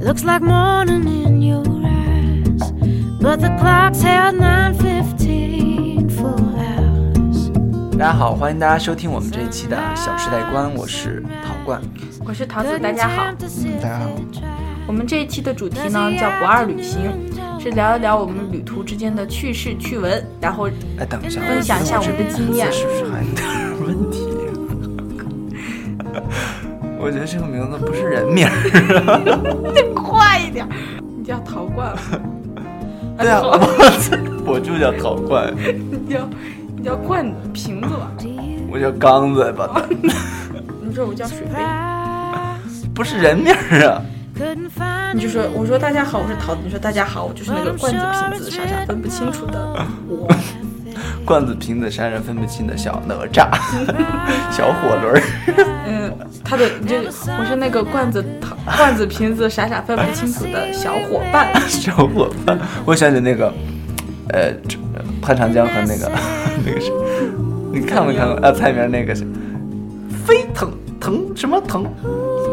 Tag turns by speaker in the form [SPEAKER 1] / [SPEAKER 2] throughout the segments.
[SPEAKER 1] Looks like morning in your eyes, but the clock's held 9:15 for hours.
[SPEAKER 2] 大家好，欢迎大家收听我们这一期的《小时代观》，我是陶冠。
[SPEAKER 3] 我是桃子，
[SPEAKER 1] Couldn't
[SPEAKER 3] 大家好
[SPEAKER 1] tempt。to sit
[SPEAKER 4] 大家好
[SPEAKER 1] and try.
[SPEAKER 3] 我们这一期的主题呢叫“不二旅行”，是聊一聊我们旅途之间的趣事趣闻，然后
[SPEAKER 2] 哎，等一下，
[SPEAKER 3] 分享一下我们的经验
[SPEAKER 2] 这是不是还有点问题？ 我觉得这个名字不是人名儿。
[SPEAKER 3] 快一点，你叫陶罐吧，
[SPEAKER 2] 对啊，我 我就叫陶冠，
[SPEAKER 3] 你叫你叫罐瓶子吧，
[SPEAKER 1] Do you
[SPEAKER 2] 我叫刚子吧，
[SPEAKER 3] 你说我叫水杯，
[SPEAKER 1] rise?
[SPEAKER 2] 不是人名儿啊。
[SPEAKER 1] Couldn't find
[SPEAKER 3] 你就说我说大家好，我是桃子，你说大家好，我就是那个罐子瓶子傻傻分不清楚的我。
[SPEAKER 2] 罐子瓶子山人分不清的小哪 吒，小火轮儿。
[SPEAKER 3] 嗯，他的这我是那个罐子桃罐子瓶子傻傻分不清楚的小伙伴。
[SPEAKER 2] 小伙伴，我想起那个，呃，这潘长江和那个 那个谁，你看没看过啊？蔡明那个是飞腾腾什么腾？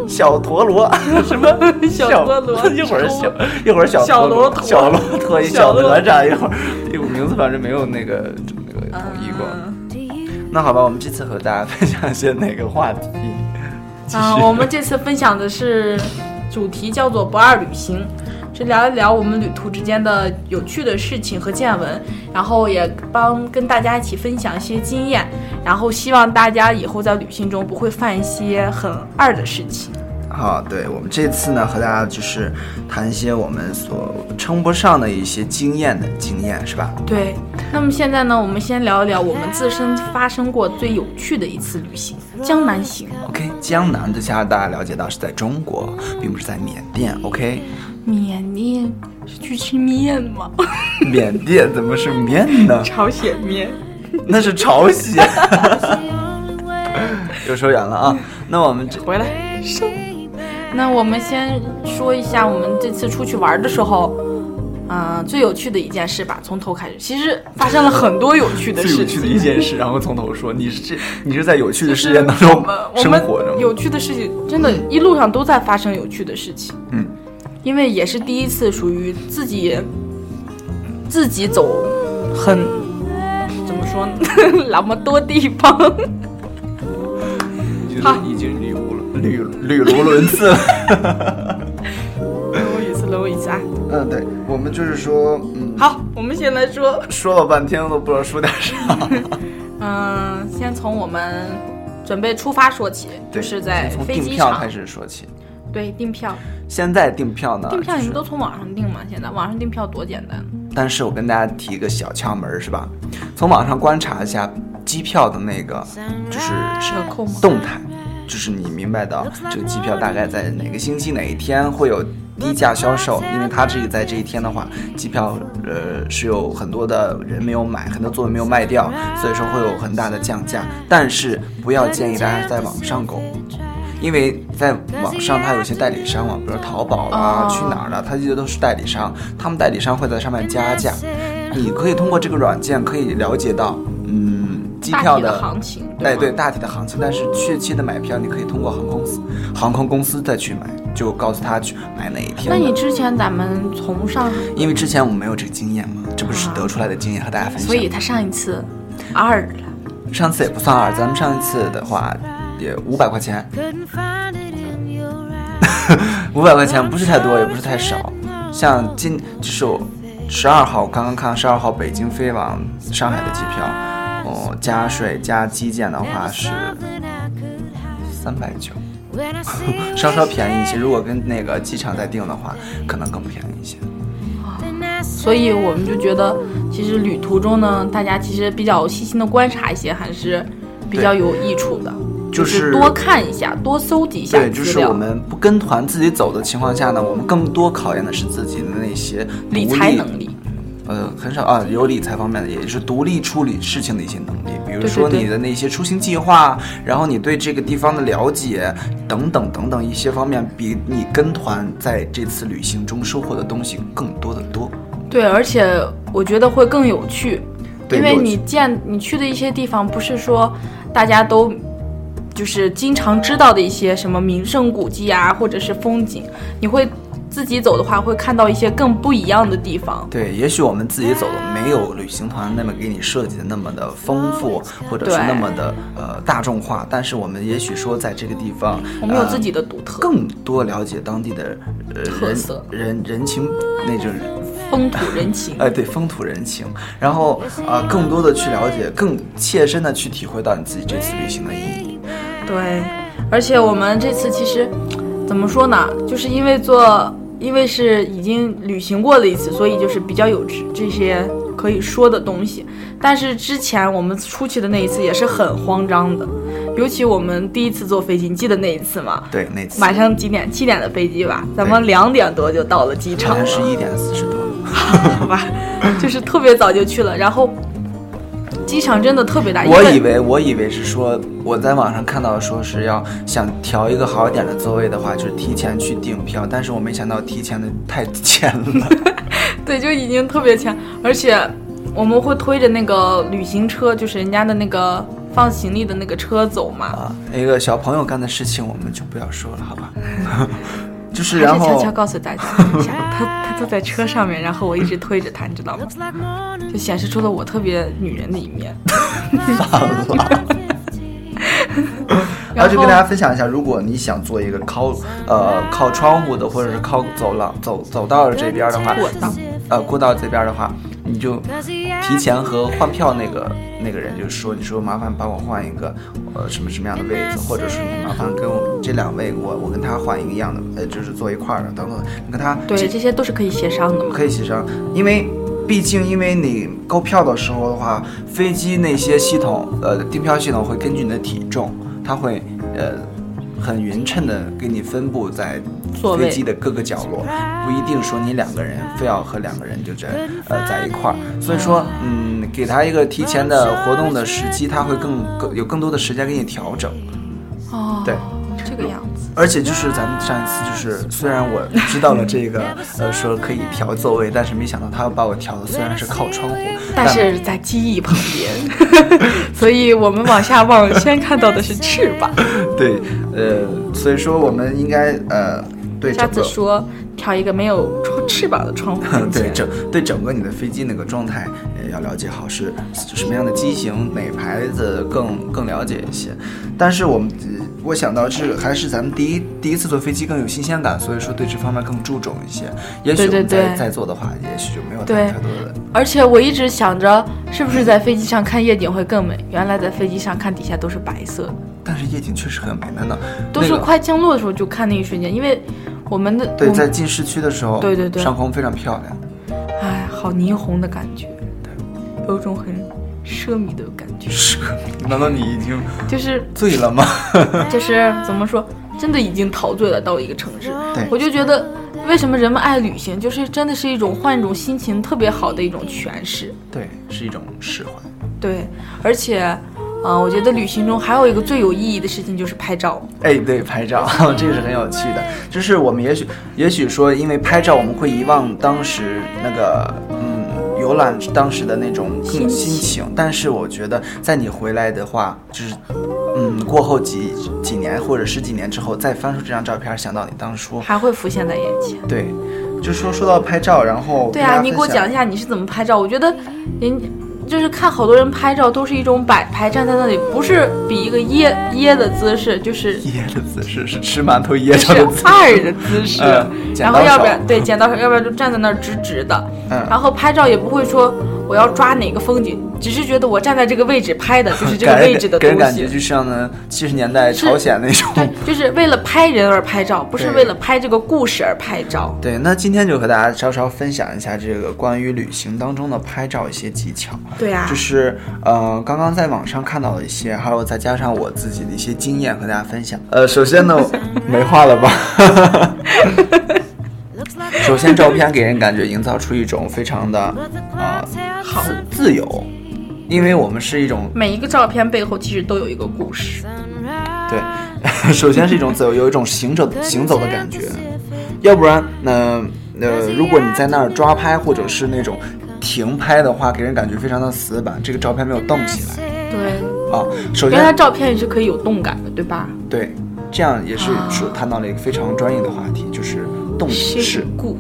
[SPEAKER 2] 小陀螺 什么
[SPEAKER 3] 小陀螺
[SPEAKER 2] 一会儿小 一会儿小
[SPEAKER 3] 小
[SPEAKER 2] 陀
[SPEAKER 3] 陀螺
[SPEAKER 2] 小罗陀
[SPEAKER 3] 小
[SPEAKER 2] 小
[SPEAKER 3] 陀
[SPEAKER 2] 哪吒一会儿一会儿名字反正没有那个那个统一过。
[SPEAKER 3] 嗯
[SPEAKER 1] do you
[SPEAKER 2] 那好吧，我们这次和大家分享一些哪个话题？继
[SPEAKER 3] 啊，
[SPEAKER 2] 续
[SPEAKER 3] 我们这次分享的是主题叫做“不二旅行”，是聊一聊我们旅途之间的有趣的事情和见闻，然后也帮跟大家一起分享一些经验，然后希望大家以后在旅行中不会犯一些很二的事情。
[SPEAKER 2] 好，啊对我们这次呢，和大家就是谈一些我们所称不上的一些经验的经验，是吧？
[SPEAKER 3] 对，那么现在呢，我们先聊一聊我们自身发生过最有趣的一次旅行——江南行。
[SPEAKER 2] OK，江南这下大家了解到是在中国，并不是在缅甸。OK，
[SPEAKER 3] 缅甸是去吃面吗？
[SPEAKER 2] 缅甸怎么是缅呢？
[SPEAKER 3] 朝鲜面。
[SPEAKER 2] 那是朝 鲜。
[SPEAKER 1] the only way
[SPEAKER 2] 又说远了啊。那我们这
[SPEAKER 3] 回来。那我们先说一下我们这次出去玩的时候，嗯、最有趣的一件事吧，从头开始。其实发生了很多有趣的
[SPEAKER 2] 最有
[SPEAKER 3] 事
[SPEAKER 2] 趣
[SPEAKER 3] 情。
[SPEAKER 2] 的一件事，然后从头说，你是这你是在有趣的
[SPEAKER 3] 就是
[SPEAKER 2] 事件当中
[SPEAKER 3] 我们我
[SPEAKER 2] 生
[SPEAKER 3] 们
[SPEAKER 2] 活着吗？
[SPEAKER 3] 有趣的事情，真的，一路上都在发生有趣的事情。
[SPEAKER 2] 嗯，
[SPEAKER 3] 因为也是第一次属于自己自己走很怎么说呢， 那么多地 方。
[SPEAKER 2] 你
[SPEAKER 3] 好
[SPEAKER 2] 已经语无伦语语无伦次了。
[SPEAKER 3] 搂一次，搂一次啊！
[SPEAKER 2] 嗯，对，我们就是说，嗯，
[SPEAKER 3] 好，我们先来说
[SPEAKER 2] 说了半天都不知道说点 啥。
[SPEAKER 3] 嗯，先从我们准备出发说起，
[SPEAKER 2] 对
[SPEAKER 3] 就是在
[SPEAKER 2] 从
[SPEAKER 3] 飞
[SPEAKER 2] 订
[SPEAKER 3] 机
[SPEAKER 2] 票
[SPEAKER 3] 场
[SPEAKER 2] 开始啊说起。
[SPEAKER 3] 对订票，
[SPEAKER 2] 现在订票呢，
[SPEAKER 3] 订票
[SPEAKER 2] 就
[SPEAKER 3] 你
[SPEAKER 2] 是
[SPEAKER 3] 们都从网上订吗？现在网上订票多简单，
[SPEAKER 2] 但是我跟大家提一个小窍门儿，是吧？从网上观察一下机票的那个就是
[SPEAKER 3] 折扣吗？
[SPEAKER 2] 动态，就是你明白的，这个机票大概在哪个星期哪一天会有低价销售，因为它这个在这一天的话，机票呃是有很多的人没有买，很多座位没有卖掉，所以说会有很大的降价。但是不要建议大家在网上购。因为在网上，它有一些代理商嘛，比如淘宝啦、
[SPEAKER 3] 哦
[SPEAKER 2] 去哪儿啦，它这些都是代理商，他们代理商会在上面加价。你可以通过这个软件可以了解到，嗯，机
[SPEAKER 3] 大
[SPEAKER 2] 票
[SPEAKER 3] 体的行情，
[SPEAKER 2] 哎，对
[SPEAKER 3] 吗？
[SPEAKER 2] 大体的行情，但是确切的买票，你可以通过航空公司航空公司再去买，就告诉他去买哪一天
[SPEAKER 3] 那
[SPEAKER 2] 的。
[SPEAKER 3] 你之前咱们从上，
[SPEAKER 2] 因为之前我们没有这个经验嘛，这不是得出来的经验和大家分享。
[SPEAKER 3] 啊所以他上一次二了，
[SPEAKER 2] 上次也不算二，咱们上一次的话也五百块钱，
[SPEAKER 1] couldn't find it in your eyes.
[SPEAKER 2] 五百块钱不是太多，也不是太少。像今就是十二号，我刚刚看十二号北京飞往上海的机票，哦，加税加基建的话是
[SPEAKER 1] Something I could hide
[SPEAKER 2] 三百九，
[SPEAKER 1] when I see
[SPEAKER 2] 稍稍便宜一些。如果跟那个机场再订的话，可能更便宜一些。
[SPEAKER 1] something I
[SPEAKER 3] 所以我们就觉得，其实旅途中呢，大家其实比较细心的观察一些，还是比较有益处的。
[SPEAKER 2] 就
[SPEAKER 3] 就是
[SPEAKER 2] 是
[SPEAKER 3] 多看一下，多搜集一下
[SPEAKER 2] 对，就
[SPEAKER 3] 资
[SPEAKER 2] 是
[SPEAKER 3] 料。
[SPEAKER 2] 我们不跟团自己走的情况下呢，我们更多考验的是自己的那些独
[SPEAKER 3] 理
[SPEAKER 2] 立
[SPEAKER 3] 财能力。
[SPEAKER 2] 呃，很少啊，有理财方面的，也就是独立处理事情的一些能力，比如
[SPEAKER 3] 对
[SPEAKER 2] 说
[SPEAKER 3] 对
[SPEAKER 2] 你的那些出行计划，然后你对这个地方的了解等等等等一些方面，比你跟团在这次旅行中收获的东西更多的多。
[SPEAKER 3] 对，而且我觉得会更有趣，
[SPEAKER 2] 对
[SPEAKER 3] 因为
[SPEAKER 2] 有趣
[SPEAKER 3] 你见你去的一些地方，不是说大家都就是经常知道的一些什么名胜古迹啊，或者是风景，你会自己走的话，会看到一些更不一样的地方。
[SPEAKER 5] 对，也许我们自己走的没有旅行团那么给你设计的那么的丰富，或者是
[SPEAKER 3] 对
[SPEAKER 5] 那么的呃大众化，但是我们也许说在这个地方，
[SPEAKER 3] 我们有
[SPEAKER 5] 呃
[SPEAKER 3] 自己的独特、
[SPEAKER 5] 更多了解当地的呃
[SPEAKER 3] 特色
[SPEAKER 5] 人人人情那种
[SPEAKER 3] 风土人 情。
[SPEAKER 5] 哎，对，风土人情，然后啊、呃更多的去了解，更切身的去体会到你自己这次旅行的意义。
[SPEAKER 3] 对，而且我们这次其实怎么说呢，就是因为做，因为是已经旅行过的一次，所以就是比较有这这些可以说的东西。但是之前我们出去的那一次也是很慌张的，尤其我们第一次坐飞机，你记得那一次吗？
[SPEAKER 5] 对，那次
[SPEAKER 3] 晚上几点？七点的飞机吧，咱
[SPEAKER 5] 对
[SPEAKER 3] 们两点多就到了机场
[SPEAKER 5] 好像
[SPEAKER 3] 了。
[SPEAKER 5] 是一点四十多，
[SPEAKER 3] 好吧，就是特别早就去了，然后机场真的特别大。
[SPEAKER 5] 我
[SPEAKER 3] 哎一个
[SPEAKER 5] 以为我以为是说我在网上看到说是要想调一个好一点的座位的话，就是提前去订票，但是我没想到提前的太前 了。
[SPEAKER 3] 对，就已经特别强，而且我们会推着那个旅行车，就是人家的那个放行李的那个车走嘛。
[SPEAKER 5] 啊，那个小朋友干的事情我们就不要说了，好吧？就是
[SPEAKER 3] 还
[SPEAKER 5] 然
[SPEAKER 3] 是悄
[SPEAKER 5] 后
[SPEAKER 3] 悄告诉 大家一下，他他坐在车上面，然后我一直推着他，你知 道吗？
[SPEAKER 1] Looks like morning
[SPEAKER 3] 就显示出了我特别女人的一面。
[SPEAKER 5] 然后就跟大
[SPEAKER 3] 然
[SPEAKER 5] 家
[SPEAKER 3] 后
[SPEAKER 5] 分享一下，如果你想做一个靠呃靠窗户的，或者是靠走廊走走道 这边的话，
[SPEAKER 3] 过道
[SPEAKER 5] 呃过道这边的话，你就
[SPEAKER 1] Cause he
[SPEAKER 5] 提
[SPEAKER 1] asked
[SPEAKER 5] 前和换票那个那个人就说，你说麻烦帮我换一个呃什么什么样的位子，或者是你麻烦跟我这两位我我跟他换一个一样的，呃就是坐一块儿的等等，你跟他
[SPEAKER 3] 对，这些都是可以协商的嘛。
[SPEAKER 5] 可以协商，因为毕竟因为你购票的时候的话，飞机那些系统，呃，订票系统会根据你的体重，它会呃很匀称的给你分布在
[SPEAKER 3] 座
[SPEAKER 5] 飞
[SPEAKER 3] 位
[SPEAKER 5] 机的各个角落，不一定说你两个人非要和两个人就这呃在一块儿，所以说嗯，给他一个提前的活动的时机，他会更更有更多的时间给你调整。
[SPEAKER 3] 哦，
[SPEAKER 5] 对，
[SPEAKER 3] 这个样子。
[SPEAKER 5] 而且就是咱们上一次，就是虽然我知道了这 个，呃，说可以调座位，但是没想到他把我调的虽然是靠 窗户，
[SPEAKER 3] 但是在机翼旁边， 所以我们往下望，先看到的是翅 膀。
[SPEAKER 5] 对，呃，所以说我们应该呃，对
[SPEAKER 3] 下
[SPEAKER 5] 整
[SPEAKER 3] 次
[SPEAKER 5] 个
[SPEAKER 3] 说挑一个没有窗翅膀的窗户进去
[SPEAKER 5] 对整对整个你的飞机那个状态，呃，要了解好是什么样的机型，哪牌子更更了解一些。但是我们，呃我想到是还是咱们第一第一次坐飞机更有新鲜感，所以说对这方面更注重一些。也
[SPEAKER 3] 对
[SPEAKER 5] 许我
[SPEAKER 3] 对
[SPEAKER 5] 们再
[SPEAKER 3] 对
[SPEAKER 5] 再做的话，也许就没有
[SPEAKER 3] 对
[SPEAKER 5] 太太多的。
[SPEAKER 3] 而且我一直想着，是不是在飞机上看夜景会更美？原来在飞机上看底下都是白色的，
[SPEAKER 5] 但是夜景确实很美，难道
[SPEAKER 3] 都是
[SPEAKER 5] 那个
[SPEAKER 3] 快降落的时候就看那一瞬间，因为我们的嗯
[SPEAKER 5] 对，
[SPEAKER 3] 我
[SPEAKER 5] 在
[SPEAKER 3] 们
[SPEAKER 5] 进市区的时候，
[SPEAKER 3] 对对对
[SPEAKER 5] 上空非常漂亮。
[SPEAKER 3] 哎，好霓虹的感觉，有种很奢靡的感觉，
[SPEAKER 5] 是，难道你已经
[SPEAKER 3] 就是
[SPEAKER 5] 醉了吗？
[SPEAKER 3] 就是怎么说，真的已经陶醉了到一个城市。
[SPEAKER 1] Oh,
[SPEAKER 5] 对
[SPEAKER 3] 我就觉得，为什么人们爱旅行，就是真的是一种换一种心情特别好的一种诠释。
[SPEAKER 5] 对，是一种释怀。
[SPEAKER 3] 对，而且，嗯、我觉得旅行中还有一个最有意义的事情就是拍照。
[SPEAKER 5] 哎，对，拍照， 这个是很有趣的。就是我们也许，也许说，因为拍照，我们会遗忘当时那个，嗯，游览当时的那种更
[SPEAKER 3] 心情
[SPEAKER 5] 心情。但是我觉得，在你回来的话，就是，嗯，过后几几年或者十几年之后，再翻出这张照片，想到你当初，
[SPEAKER 3] 还会浮现在眼前。
[SPEAKER 5] 对，就说说到拍照，然后
[SPEAKER 3] 对
[SPEAKER 5] 跟大
[SPEAKER 3] 啊，
[SPEAKER 5] 家
[SPEAKER 3] 你给我
[SPEAKER 5] 分享
[SPEAKER 3] 讲一下你是怎么拍照？我觉得人就是看好多人拍照都是一种摆拍，站在那里，不是比一个掖掖的姿势，就是
[SPEAKER 5] 噎的姿势是吃馒头噎
[SPEAKER 3] 就
[SPEAKER 5] 着
[SPEAKER 3] 是
[SPEAKER 5] 的姿势。
[SPEAKER 3] 二的姿 势
[SPEAKER 5] 嗯，
[SPEAKER 3] 然后
[SPEAKER 5] 剪刀手
[SPEAKER 3] 要不然对剪刀手，要不然就站在那儿直直的，
[SPEAKER 5] 嗯
[SPEAKER 3] 然后拍照也不会说我要抓哪个风景，只是觉得我站在这个位置拍的就是这个
[SPEAKER 5] 给人
[SPEAKER 3] 位置的
[SPEAKER 5] 给人
[SPEAKER 3] 东
[SPEAKER 5] 感觉
[SPEAKER 3] 西。
[SPEAKER 5] 就像呢七十年代朝鲜那种。
[SPEAKER 3] 对，就是为了拍人而拍照，不是
[SPEAKER 5] 对
[SPEAKER 3] 为了拍这个故事而拍照。
[SPEAKER 5] 对，那今天就和大家稍稍分享一下这个关于旅行当中的拍照一些技巧，
[SPEAKER 3] 对啊，
[SPEAKER 5] 就是呃刚刚在网上看到的一些，还有再加上我自己的一些经验和大家分享。呃，首先呢，没话了吧？
[SPEAKER 1] Looks like
[SPEAKER 5] 首先，照片给人感觉营造出一种非常的
[SPEAKER 1] but the clouds held
[SPEAKER 5] 啊好自由，因为我们是一种
[SPEAKER 3] 每一个照片背后其实都有一个故事。
[SPEAKER 1] sunrise.
[SPEAKER 5] 对，首先是一种自由，有一种行者 行走的感觉。要不然，那呃，如果你在那儿抓拍或者是那种停拍的话，给人感觉非常的死板，这个照片没有动起来。
[SPEAKER 3] 对，
[SPEAKER 5] 啊。首
[SPEAKER 3] 因为它
[SPEAKER 5] 先，
[SPEAKER 3] 照片也是可以有动感的，对吧？
[SPEAKER 5] 对，这样也是
[SPEAKER 3] 啊
[SPEAKER 5] 说探到了一个非常专业的话题，就是动势
[SPEAKER 3] good，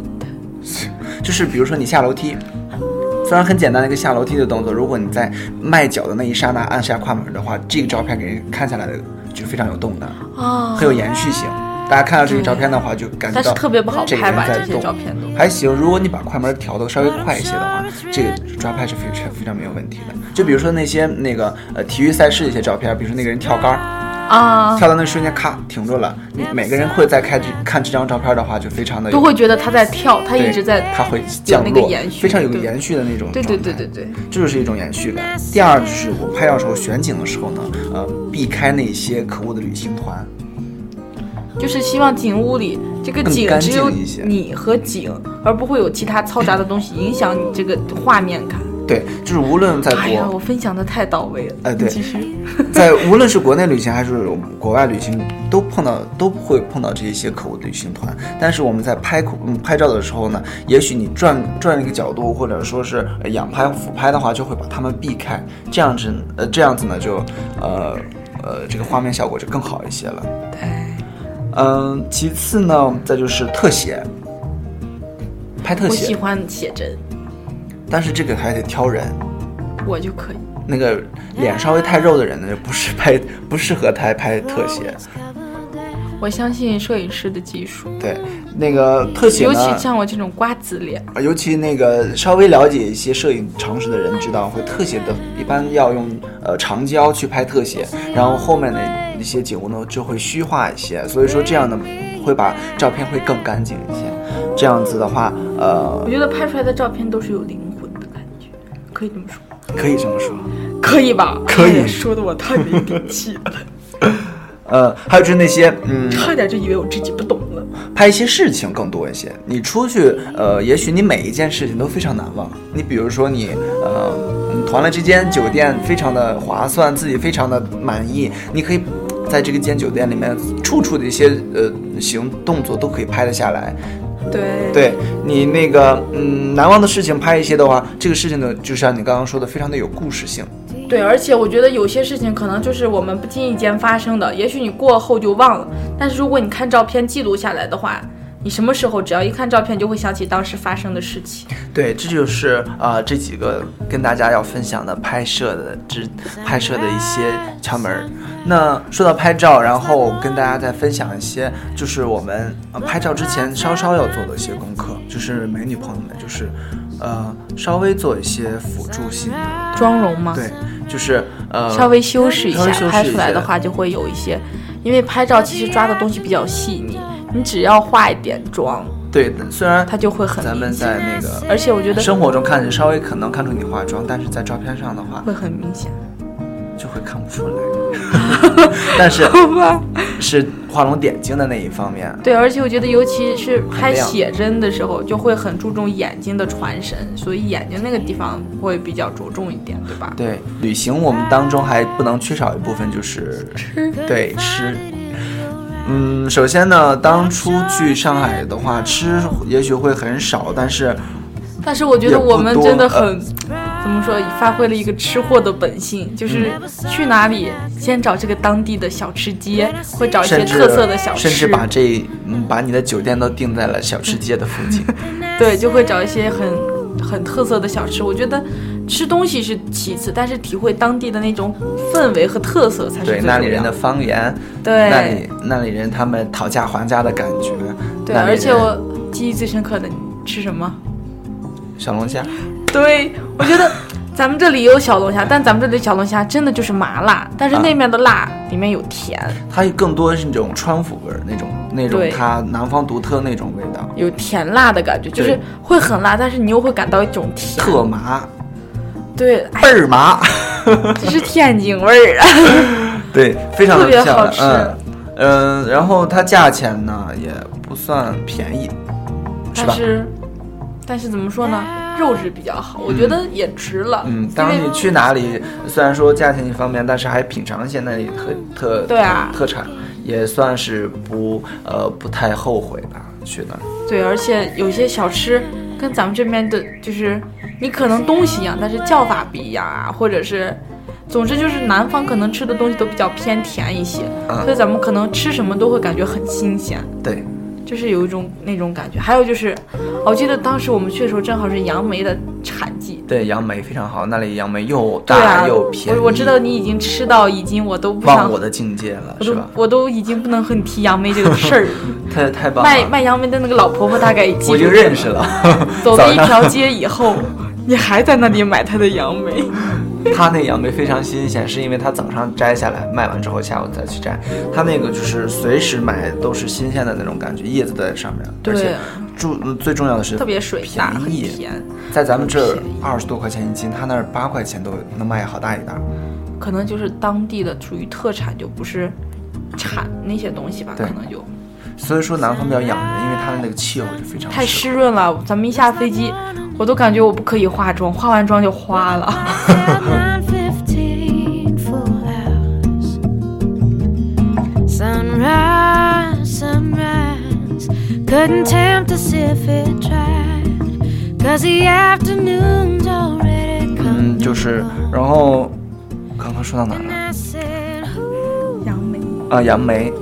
[SPEAKER 5] 就是比如说你下楼梯，虽然很简单的一个下楼梯的动作，如果你在迈脚的那一刹那按下快门的话，这个照片给人看下来的就非常有动感，
[SPEAKER 3] 啊
[SPEAKER 5] 很，有延续性。大家看到这个照片的话，就感觉
[SPEAKER 3] 嗯但是
[SPEAKER 5] 到
[SPEAKER 3] 特别不好
[SPEAKER 5] 这个
[SPEAKER 3] 拍
[SPEAKER 5] 人
[SPEAKER 3] 吧，
[SPEAKER 5] 在
[SPEAKER 3] 这些
[SPEAKER 5] 动
[SPEAKER 3] 照片都。
[SPEAKER 5] 还行，如果你把快门调的稍微快一些的话，这个抓拍是非常非常没有问题的。就比如说那些那个呃体育赛事的一些照片，比如说那个人跳杆儿，
[SPEAKER 3] 啊，
[SPEAKER 5] 跳到那瞬间咔停住了，你每个人会在看这看这张照片的话，就非常的
[SPEAKER 3] 都会觉得他在跳，他一直在，
[SPEAKER 5] 它会降
[SPEAKER 3] 那个
[SPEAKER 5] 落
[SPEAKER 3] 延，续
[SPEAKER 5] 非常有个
[SPEAKER 3] 对
[SPEAKER 5] 延续的那种
[SPEAKER 3] 对对对
[SPEAKER 5] 状态
[SPEAKER 3] 对对，
[SPEAKER 5] 这就是一种延续感。第二就是我拍照的时候选景的时候呢，呃，避开那些可恶的旅行团，
[SPEAKER 3] 就是希望景屋里这个
[SPEAKER 5] 更
[SPEAKER 3] 景
[SPEAKER 5] 干
[SPEAKER 3] 只有
[SPEAKER 5] 净一些
[SPEAKER 3] 你和景，而不会有其他嘈杂的东西影响你这个画面感。
[SPEAKER 5] 对，就是无论在
[SPEAKER 3] 哎呀，
[SPEAKER 5] 国
[SPEAKER 3] 我分享的太到位了。
[SPEAKER 5] 哎对
[SPEAKER 3] 其实
[SPEAKER 5] 在无论是国内旅行还是国外旅行，都碰到都会碰到这些可恶的旅行团。但是我们在拍口嗯拍照的时候呢，也许你转转一个角度，或者说是呃仰拍、俯拍的话，就会把它们避开。这样子呃这样子呢，就呃呃这个画面效果就更好一些了。嗯，其次呢，再就是特写，拍特
[SPEAKER 3] 我喜
[SPEAKER 5] 写，
[SPEAKER 3] 欢写真，
[SPEAKER 5] 但是这个还得挑人。
[SPEAKER 3] 我就可以。
[SPEAKER 5] 那个脸稍微太肉的人呢，就不是拍不适合拍拍 特写。
[SPEAKER 3] 我相信摄影师的技术，
[SPEAKER 5] 对，那个特写
[SPEAKER 3] 尤
[SPEAKER 5] 呢，
[SPEAKER 3] 其像我这种瓜子脸，
[SPEAKER 5] 呃尤其那个稍微了解一些摄影常识的人知道，会特写的一般要用呃长焦去拍特写，然后后面的一些景物呢就会虚化一些，所以说这样呢会把照片会更干净一些。这样子的话，呃
[SPEAKER 3] 我，觉得拍出来的照片都是有灵魂的感觉，可以这么说。
[SPEAKER 5] 可以这么说。
[SPEAKER 3] 可以吧？
[SPEAKER 5] 可以
[SPEAKER 3] 哎说的我太没底气 了，
[SPEAKER 5] 呃，还有就是那些嗯，
[SPEAKER 3] 差点就以为我自己不懂了。
[SPEAKER 5] 拍一些事情更多一些。你出去，呃，也许你每一件事情都非常难忘。你比如说你，呃，嗯团了这间酒店非常的划算，自己非常的满意，你可以在这个间酒店里面处处的一些呃行动作都可以拍得下来。
[SPEAKER 3] 对，
[SPEAKER 5] 对你那个嗯难忘的事情拍一些的话，这个事情呢，就像你刚刚说的，非常的有故事性。
[SPEAKER 3] 对而且我觉得有些事情可能就是我们不经意间发生的，也许你过后就忘了，但是如果你看照片记录下来的话，你什么时候只要一看照片，你就会想起当时发生的事情。
[SPEAKER 5] 对，这就是啊、呃这几个跟大家要分享的拍摄的这拍摄的一些窍门儿。那说到拍照，然后跟大家再分享一些，就是我们、呃拍照之前稍稍要做的一些功课，就是美女朋友们，就是呃稍微做一些辅助性的，
[SPEAKER 3] 妆容吗？
[SPEAKER 5] 对，就是呃
[SPEAKER 3] 稍微修饰一
[SPEAKER 5] 稍
[SPEAKER 3] 下
[SPEAKER 5] 微修饰一，
[SPEAKER 3] 拍
[SPEAKER 5] 下
[SPEAKER 3] 出来的话就会有一些，因为拍照其实抓的东西比较细腻，你只要化一点妆，
[SPEAKER 5] 对，虽然
[SPEAKER 3] 它就会很
[SPEAKER 5] 咱
[SPEAKER 3] 明
[SPEAKER 5] 们
[SPEAKER 3] 显。
[SPEAKER 5] 在那个
[SPEAKER 3] 而且我觉得
[SPEAKER 5] 生活中看稍微可能看出你化妆，但是在照片上的话
[SPEAKER 3] 会很明显，
[SPEAKER 5] 就会看不出来， 但是
[SPEAKER 3] 好吧？
[SPEAKER 5] 是画龙点睛的那一方面。
[SPEAKER 3] 对，而且我觉得，尤其是拍
[SPEAKER 5] 嗯亮
[SPEAKER 3] 写真的时候，就会很注重眼睛的传神，所以眼睛那个地方会比较着重一点，对吧？
[SPEAKER 5] 对，旅行我们当中还不能缺少一部分就是吃，对吃。嗯，首先呢，当初去上海的话，吃也许会很少，但是
[SPEAKER 3] 但是我觉
[SPEAKER 5] 也
[SPEAKER 3] 得我
[SPEAKER 5] 不
[SPEAKER 3] 们
[SPEAKER 5] 多
[SPEAKER 3] 真的
[SPEAKER 5] 呃
[SPEAKER 3] 很，怎么说，发挥了一个吃货的本性，就是
[SPEAKER 5] 嗯
[SPEAKER 3] 去哪里先找这个当地的小吃街，会找一些
[SPEAKER 5] 甚至
[SPEAKER 3] 特色的小吃，
[SPEAKER 5] 甚至把这嗯把你的酒店都定在了小吃街的附 近。
[SPEAKER 3] 对，就会找一些很很特色的小吃。我觉得吃东西是其次，但是体会当地的那种氛围和特色才是最
[SPEAKER 5] 对
[SPEAKER 3] 重
[SPEAKER 5] 那
[SPEAKER 3] 要
[SPEAKER 5] 里人的方言，
[SPEAKER 3] 对
[SPEAKER 5] 那里那里人他们讨价还价的感觉，
[SPEAKER 3] 对，
[SPEAKER 5] 那里
[SPEAKER 3] 而且
[SPEAKER 5] 人
[SPEAKER 3] 我记忆最深刻的，你吃什么？
[SPEAKER 5] 小龙虾，
[SPEAKER 3] 对，我觉 得咱们这里也有小龙虾，但咱们这里小龙虾真的就是麻辣，但是
[SPEAKER 5] 啊
[SPEAKER 3] 那面的辣里面有甜，
[SPEAKER 5] 它更多是那种川府味儿，那种那种
[SPEAKER 3] 对
[SPEAKER 5] 它南方独特那种味道，
[SPEAKER 3] 有甜辣的感觉，就是
[SPEAKER 5] 对
[SPEAKER 3] 会很辣，但是你又会感到一种甜。
[SPEAKER 5] 特
[SPEAKER 3] 哎
[SPEAKER 5] 麻
[SPEAKER 3] 对， 哎
[SPEAKER 5] 倍儿麻。
[SPEAKER 3] 这是天津味儿啊！
[SPEAKER 5] 对，非常的
[SPEAKER 3] 特别
[SPEAKER 5] 漂
[SPEAKER 3] 好
[SPEAKER 5] 亮，嗯嗯、然后它价钱呢也不算便宜，是
[SPEAKER 3] 但
[SPEAKER 5] 吧？
[SPEAKER 3] 是，但是怎么说呢？肉质比较好，我觉得也值了。
[SPEAKER 5] 嗯，当
[SPEAKER 3] 因
[SPEAKER 5] 你
[SPEAKER 3] 为
[SPEAKER 5] 去哪里，虽然说价钱一方面，但是还品尝一些那里特特
[SPEAKER 3] 对啊
[SPEAKER 5] 特产，也算是不呃不太后悔吧。去那儿，
[SPEAKER 3] 对，而且有些小吃跟咱们这边的，就是你可能东西一样，但是叫法不一样啊，或者是总之就是南方可能吃的东西都比较偏甜一些，
[SPEAKER 5] 嗯
[SPEAKER 3] 所以咱们可能吃什么都会感觉很新鲜，
[SPEAKER 5] 对，
[SPEAKER 3] 就是有一种那种感觉。还有就是，我记得当时我们去的时候正好是杨梅的产季。
[SPEAKER 5] 对，杨梅非常好，那里杨梅又
[SPEAKER 3] 对啊
[SPEAKER 5] 大又，便宜，
[SPEAKER 3] 我我知道你已经吃到已经我都不想
[SPEAKER 5] 忘我的境界了，
[SPEAKER 3] 我
[SPEAKER 5] 是
[SPEAKER 3] 都
[SPEAKER 5] 吧？
[SPEAKER 3] 我都已经不能和你提杨梅这个事儿 了。
[SPEAKER 5] 太太棒
[SPEAKER 3] 卖
[SPEAKER 5] 了，
[SPEAKER 3] 卖杨梅的那个老婆婆大概已经
[SPEAKER 5] 我就认识了。
[SPEAKER 3] 走
[SPEAKER 5] 早
[SPEAKER 3] 了一
[SPEAKER 5] 上
[SPEAKER 3] 条街以后，你还在那里买她的杨 梅，
[SPEAKER 5] 他那杨梅非常新鲜，是因为他早上摘下来，卖完之后下午再去摘。他那个就是随时买都是新鲜的那种感觉，叶子都在上面，
[SPEAKER 3] 对
[SPEAKER 5] 而且注呃最重要的是
[SPEAKER 3] 特别水大，很
[SPEAKER 5] 便宜
[SPEAKER 3] 甜。
[SPEAKER 5] 在咱们这儿
[SPEAKER 3] 便宜
[SPEAKER 5] 二十多块钱一斤，他那儿八块钱都能卖好大一袋儿。
[SPEAKER 3] 可能就是当地的属于特产，就不是产那些东西吧，可
[SPEAKER 5] 对
[SPEAKER 3] 能就
[SPEAKER 5] 所以说南方比较养人，因为它的那个气候就非常
[SPEAKER 3] 太
[SPEAKER 5] 适
[SPEAKER 3] 湿润了。咱们一下飞机，我都感觉我不可以化妆，化完妆就花 了。
[SPEAKER 1] 9:15 full hours. Sunrise, sunrise. Couldn't tempt us if it tried. Cause the afternoon's already
[SPEAKER 5] 合。嗯，
[SPEAKER 1] come.
[SPEAKER 5] 就是，然后刚刚说到哪儿
[SPEAKER 1] And
[SPEAKER 5] 了？
[SPEAKER 1] I said, Who
[SPEAKER 3] 杨梅，
[SPEAKER 5] 啊，杨梅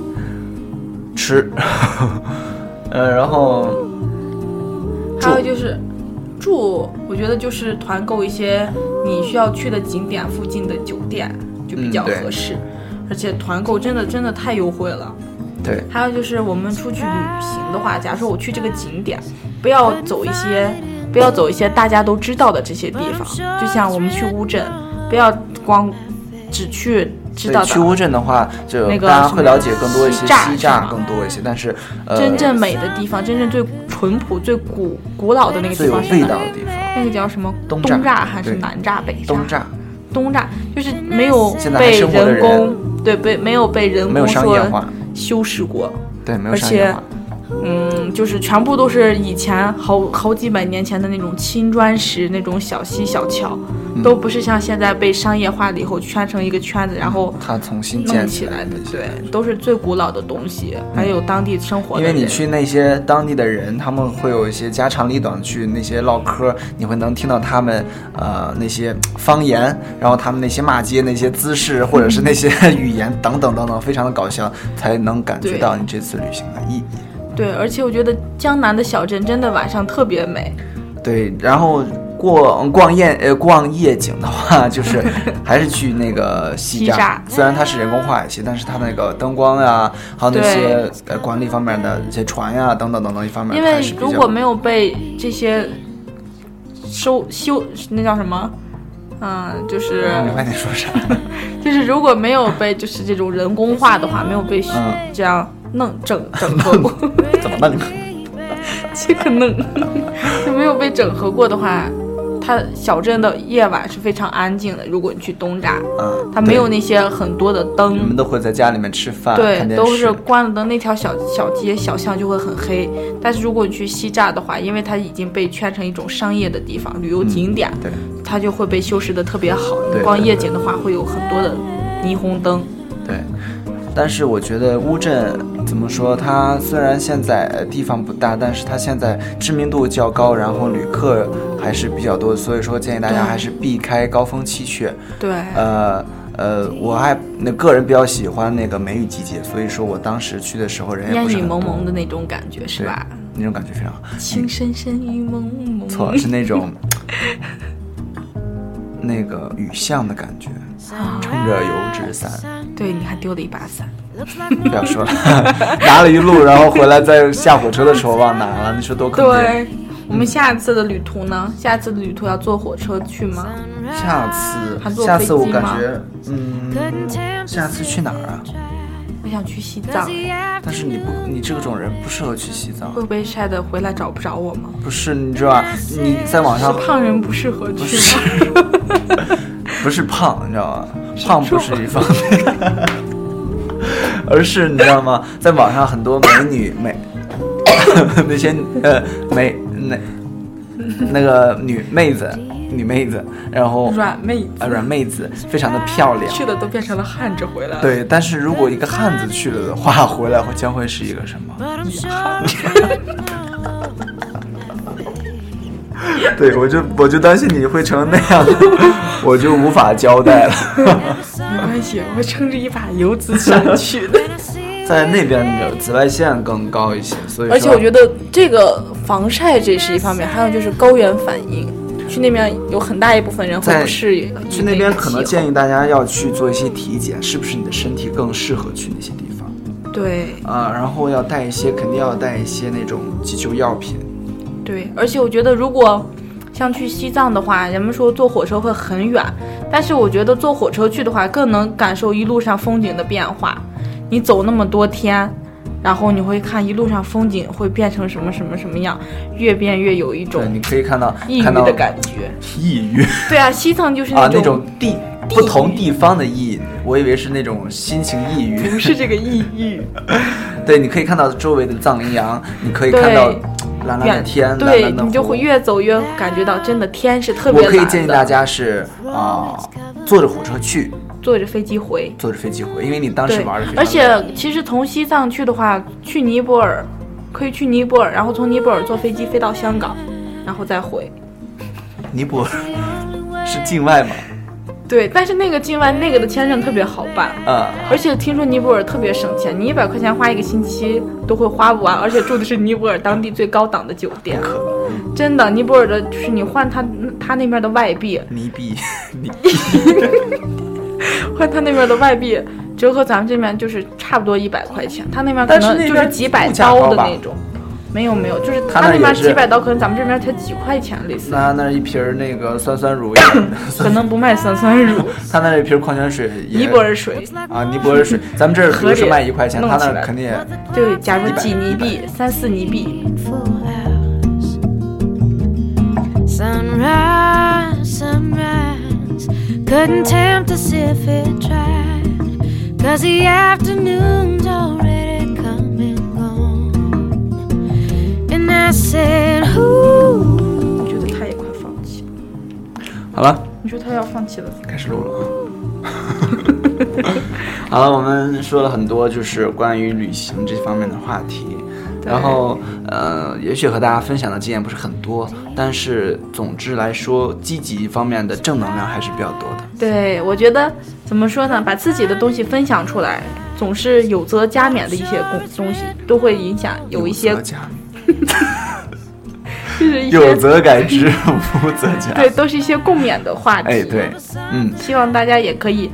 [SPEAKER 5] 吃， 呃，然后
[SPEAKER 3] 还有就是住，我觉得就是团购一些你需要去的景点附近的酒店就比
[SPEAKER 5] 嗯
[SPEAKER 3] 较
[SPEAKER 5] 对
[SPEAKER 3] 合适，而且团购真的真的太优惠了。
[SPEAKER 5] 对，
[SPEAKER 3] 还有就是我们出去旅行的话，假如说我去这个景点，不要走一些不要走一些大家都知道的这些地方，就像我们去乌镇，不要光只去知道
[SPEAKER 5] 对，去
[SPEAKER 3] 的。
[SPEAKER 5] 乌镇的话，就
[SPEAKER 3] 那个
[SPEAKER 5] 大家
[SPEAKER 3] 什么
[SPEAKER 5] 会了解更多一些
[SPEAKER 3] 西栅
[SPEAKER 5] 西
[SPEAKER 3] 是吗
[SPEAKER 5] 栅更多一些，但是呃，
[SPEAKER 3] 真正美的地方，真正最淳朴、最古古老的那个
[SPEAKER 5] 最
[SPEAKER 3] 地
[SPEAKER 5] 有
[SPEAKER 3] 方是
[SPEAKER 5] 味
[SPEAKER 3] 哪
[SPEAKER 5] 道
[SPEAKER 3] 儿？
[SPEAKER 5] 的地方，
[SPEAKER 3] 那个叫什么？
[SPEAKER 5] 东
[SPEAKER 3] 东
[SPEAKER 5] 栅
[SPEAKER 3] 还是
[SPEAKER 5] 对
[SPEAKER 3] 南栅、北栅？
[SPEAKER 5] 东栅
[SPEAKER 3] 东栅就是没有
[SPEAKER 5] 现在还
[SPEAKER 3] 被
[SPEAKER 5] 生活的
[SPEAKER 3] 人
[SPEAKER 5] 人
[SPEAKER 3] 工对被没有被人
[SPEAKER 5] 没有
[SPEAKER 3] 工
[SPEAKER 5] 商业
[SPEAKER 3] 说
[SPEAKER 5] 化，
[SPEAKER 3] 修饰过。
[SPEAKER 5] 对，没有
[SPEAKER 3] 而
[SPEAKER 5] 商业
[SPEAKER 3] 且
[SPEAKER 5] 化，
[SPEAKER 3] 嗯，就是全部都是以前好好几百年前的那种青砖石那种小溪小桥，
[SPEAKER 5] 嗯
[SPEAKER 3] 都不是像现在被商业化了以后圈成一个圈子，然后
[SPEAKER 5] 嗯它重新
[SPEAKER 3] 弄
[SPEAKER 5] 建
[SPEAKER 3] 起来
[SPEAKER 5] 来
[SPEAKER 3] 的
[SPEAKER 5] 那，些嗯
[SPEAKER 3] 对，都是最古老的东西，还有当地生活
[SPEAKER 5] 因
[SPEAKER 3] 的
[SPEAKER 5] 为
[SPEAKER 3] 人。
[SPEAKER 5] 你去那些当地的人，他们会有一些家长里短去那些唠嗑，你会能听到他们呃那些方言，然后他们那些骂街、那些姿势，或者是那些语言等等等等，非常的搞笑，才能感觉
[SPEAKER 3] 对
[SPEAKER 5] 到你这次旅行的意义。
[SPEAKER 3] 对，而且我觉得江南的小镇真的晚上特别美，
[SPEAKER 5] 对，然后过逛夜呃逛夜景的话，就是 还是去那个西
[SPEAKER 3] 西
[SPEAKER 5] 栅
[SPEAKER 3] 栅，
[SPEAKER 5] 虽然它是人工化一些，但是它那个灯光呀、还有那
[SPEAKER 3] 对
[SPEAKER 5] 些呃管理方面的一些船呀、等等等等一方面，
[SPEAKER 3] 因
[SPEAKER 5] 还
[SPEAKER 3] 为
[SPEAKER 5] 是比
[SPEAKER 3] 如
[SPEAKER 5] 较
[SPEAKER 3] 果没有被这些收修那叫什么，嗯，就是
[SPEAKER 5] 明白你说啥，
[SPEAKER 3] 就是如果没有被就是这种人工化的话，没有被
[SPEAKER 5] 嗯
[SPEAKER 3] 这样弄整整合过，
[SPEAKER 5] 怎么弄？
[SPEAKER 3] 这个弄就没有被整合过的话，它小镇的夜晚是非常安静的。如果你去东栅，
[SPEAKER 5] 嗯，
[SPEAKER 3] 它没有
[SPEAKER 5] 对。
[SPEAKER 3] 那些很多的
[SPEAKER 5] 你
[SPEAKER 3] 灯，
[SPEAKER 5] 们都会在家里面吃饭，看
[SPEAKER 3] 对，
[SPEAKER 5] 电
[SPEAKER 3] 都
[SPEAKER 5] 视
[SPEAKER 3] 是关了灯，那条小小街小巷就会很黑。但是如果你去西栅的话，因为它已经被圈成一种商业的地方、旅游景点，
[SPEAKER 5] 对
[SPEAKER 3] 它就会被修饰的特别好。
[SPEAKER 5] 嗯对
[SPEAKER 3] 你逛夜景的话，会有很多的霓虹灯。
[SPEAKER 5] 对。但是我觉得乌镇怎么说，它虽然现在呃地方不大，但是它现在知名度较高，然后旅客还是比较多，所以说建议大家
[SPEAKER 3] 对
[SPEAKER 5] 还是避开高峰期去。
[SPEAKER 3] 对，
[SPEAKER 5] 呃呃，我还那个人比较喜欢那个梅雨季节，所以说我当时去的时候人也
[SPEAKER 3] 烟
[SPEAKER 5] 哎不是
[SPEAKER 3] 雨
[SPEAKER 5] 很
[SPEAKER 3] 蒙
[SPEAKER 5] 多，
[SPEAKER 3] 蒙的那种感觉是
[SPEAKER 5] 对
[SPEAKER 3] 吧？
[SPEAKER 5] 那种感觉非常好。
[SPEAKER 3] 情深深雨蒙蒙。
[SPEAKER 5] 错了，是 那种那个雨巷的感觉，
[SPEAKER 3] 啊
[SPEAKER 5] 撑着油纸伞。
[SPEAKER 3] 对，你还丢了一把伞。
[SPEAKER 5] 不要说了， 拿了一路，然后回来在下火车的时候忘拿了，你说多可怜。
[SPEAKER 3] 对，我们下次的旅途呢？下次的旅途要坐火车去吗？
[SPEAKER 5] 下
[SPEAKER 3] 还
[SPEAKER 5] 次，
[SPEAKER 3] 坐
[SPEAKER 5] 下次我
[SPEAKER 3] 飞机
[SPEAKER 5] 感
[SPEAKER 3] 吗
[SPEAKER 5] 觉，嗯，下次去哪儿啊？
[SPEAKER 3] 我想去西藏，
[SPEAKER 5] 但是你不，你这种人不适合去西藏
[SPEAKER 3] 会，不会晒得回来找不着我吗？
[SPEAKER 5] 不是，你知道吧？你在 网
[SPEAKER 3] 是
[SPEAKER 5] 上
[SPEAKER 3] 胖人不适合去吗？
[SPEAKER 5] 不是胖，你知道吗？胖不是一方面， 而是你知道吗？在网上很多美女美 那些呃美那那个女妹子女妹子，然后
[SPEAKER 3] 软妹子
[SPEAKER 5] 呃软妹子非常的漂亮。
[SPEAKER 3] 去的都变成了汉子回来了。，
[SPEAKER 5] 对，但是如果一个汉子去了的话， 回来会将会是一个什么？
[SPEAKER 1] But I'm sure I know
[SPEAKER 5] 对，我就我就担心你会成那样，我就无法交代了。
[SPEAKER 3] 没关系，我撑着一把油纸想 去的。
[SPEAKER 5] 在那边的紫外线更高一些，所以
[SPEAKER 2] 而且我觉
[SPEAKER 5] 得
[SPEAKER 2] 得这个防晒这是一方面，还有就是高原反应。去那边有很大一部分人会
[SPEAKER 5] 在
[SPEAKER 2] 不适应
[SPEAKER 5] 去那边可能建
[SPEAKER 2] 议
[SPEAKER 5] 议大家要去做一些体检，是不是你的身体更适合去那些地方
[SPEAKER 3] 对
[SPEAKER 5] 啊、然后要带一些，肯定要带一些那种急救药品。
[SPEAKER 3] 对，而且我觉得如果像去西藏的话，人们说坐火车会很远，但是我觉得坐火车去的话，更能感受一路上风景的变化。你走那么多天，然后你会看一路上风景会变成什么什么什么样，越变越有一
[SPEAKER 5] 对，
[SPEAKER 3] 种
[SPEAKER 5] 你可以看到
[SPEAKER 3] 抑郁
[SPEAKER 5] 看到
[SPEAKER 3] 的感觉。
[SPEAKER 5] 抑郁
[SPEAKER 3] 对啊，西藏就是
[SPEAKER 5] 啊，
[SPEAKER 3] 那种
[SPEAKER 5] 那种地不同地方的抑郁，我以为是那种心情抑郁。
[SPEAKER 3] 不是这个抑郁，
[SPEAKER 5] 对，你可以看到周围的藏羚羊，你可以看到
[SPEAKER 3] 对
[SPEAKER 5] 蓝蓝的
[SPEAKER 3] 远
[SPEAKER 5] 天，蓝
[SPEAKER 3] 对
[SPEAKER 5] 蓝的湖。
[SPEAKER 3] 你就会越走越感觉到真的天是特别
[SPEAKER 5] 我
[SPEAKER 3] 蓝
[SPEAKER 5] 可
[SPEAKER 3] 的。
[SPEAKER 5] 以建议大家是啊、坐着火车去，
[SPEAKER 3] 坐着飞机回。
[SPEAKER 5] 坐着飞机回，因为你当时
[SPEAKER 3] 对
[SPEAKER 5] 玩的，非
[SPEAKER 3] 而
[SPEAKER 5] 常累
[SPEAKER 3] 且其实从西藏去的话，去尼泊尔可以去尼泊尔，然后从尼泊尔坐飞机飞到香港，然后再回。
[SPEAKER 5] 尼泊尔是境外嘛，
[SPEAKER 3] 对，但是那个境外那个的签证特别好办，
[SPEAKER 5] 啊、
[SPEAKER 3] 而且听说尼泊尔特别省钱，你一百块钱花一个星期都会花不完，而且住的是尼泊尔当地最高档的酒店，真的，尼泊尔的就是你换他他那边的外币，
[SPEAKER 5] 尼币，尼
[SPEAKER 3] 换他那边的外币折合咱们这边就是差不多一百块钱，他那边可
[SPEAKER 5] 但是
[SPEAKER 3] 能
[SPEAKER 5] 那
[SPEAKER 3] 就
[SPEAKER 5] 边
[SPEAKER 3] 是几百
[SPEAKER 5] 物价高
[SPEAKER 3] 刀的
[SPEAKER 5] 吧
[SPEAKER 3] 那种。没有没有，就是
[SPEAKER 5] 他
[SPEAKER 3] 他
[SPEAKER 5] 那
[SPEAKER 3] 那边
[SPEAKER 5] 也是
[SPEAKER 3] 几百刀，可能咱们这边才几块钱，类似，
[SPEAKER 5] 那那一瓶儿那个酸酸乳液，
[SPEAKER 3] 可能不卖三酸 乳、
[SPEAKER 5] 他那一瓶儿矿泉水也，
[SPEAKER 3] 尼泊尔水，
[SPEAKER 5] 啊，尼泊尔水，咱们这儿比如
[SPEAKER 3] 合
[SPEAKER 5] 说
[SPEAKER 3] 理
[SPEAKER 5] 卖一块钱，
[SPEAKER 3] 弄
[SPEAKER 5] 他
[SPEAKER 3] 起
[SPEAKER 5] 那
[SPEAKER 3] 来
[SPEAKER 5] 肯定也
[SPEAKER 3] 就假如
[SPEAKER 5] 100
[SPEAKER 3] 几尼币、三四尼币，
[SPEAKER 1] Sunrise, sunrise, couldn't tempt us if it tried. Cause the afternoon's already come and gone. And I said, Who?
[SPEAKER 3] 我觉得他也快放弃了。
[SPEAKER 5] 好了。
[SPEAKER 3] 你说他要放弃了怎么办？
[SPEAKER 5] 开始录了啊！ 好了，我们说了很多就是关于旅行这方面的话题，然后呃，也许和大家分享的经验不是很多，但是总之来说，积极方面的正能量还是比较多的。
[SPEAKER 3] 对，我觉得怎么说呢，把自己的东西分享出来，总是有则加勉的一些东东西，都会影响有一些
[SPEAKER 5] 则加，
[SPEAKER 3] 就是一
[SPEAKER 5] 有
[SPEAKER 3] 些
[SPEAKER 5] 则改之， 无则加。
[SPEAKER 3] 对，都是一些共勉的话题。
[SPEAKER 5] 哎，对，嗯，
[SPEAKER 3] 希望大家也可以，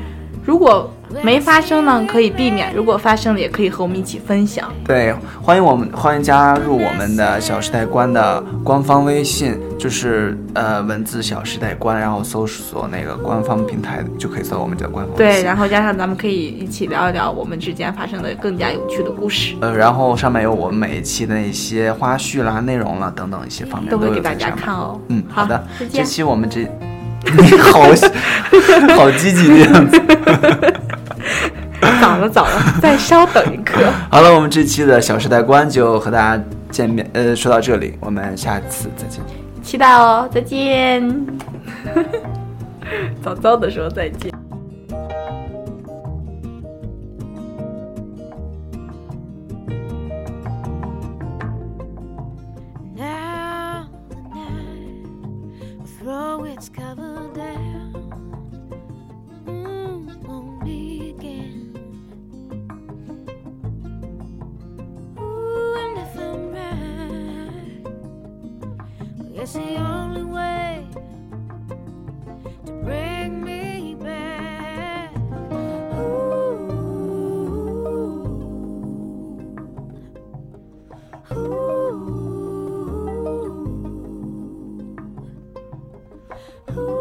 [SPEAKER 3] 如果没发生呢，可以避免；如果发生了，也可以和我们一起分享。
[SPEAKER 5] 对，欢迎我们，欢迎加入我们的《小时代观》的官方微信，就是呃文字“小时代观”，然后搜索那个官方平台就可以搜到我们的官方微
[SPEAKER 3] 对，
[SPEAKER 5] 信
[SPEAKER 3] 然后加上咱们可以一起聊一聊我们之间发生的更加有趣的故事，
[SPEAKER 5] 呃，然后上面有我们每一期的一些花絮啦、内容啦等等一些方面
[SPEAKER 3] 嗯都会
[SPEAKER 5] 有
[SPEAKER 3] 给大
[SPEAKER 5] 在
[SPEAKER 3] 家
[SPEAKER 5] 上面
[SPEAKER 3] 看。哦。
[SPEAKER 5] 嗯，好的，
[SPEAKER 3] 再
[SPEAKER 5] 这
[SPEAKER 3] 见。
[SPEAKER 5] 期我 们这， 你好好积极的样子。
[SPEAKER 3] 早了，早了， 再稍等一刻。
[SPEAKER 5] 好了，我们这期的《小时代观》就和大家见面，呃，说到这里，我们下次再见。
[SPEAKER 3] 期待哦，再见。 早早的时候再见。
[SPEAKER 1] Now the night throw its cover down. Moon won't begin. Ooh, and if I'm right, well, it's the only way to bring me back. Ooh. Ooh. Ooh.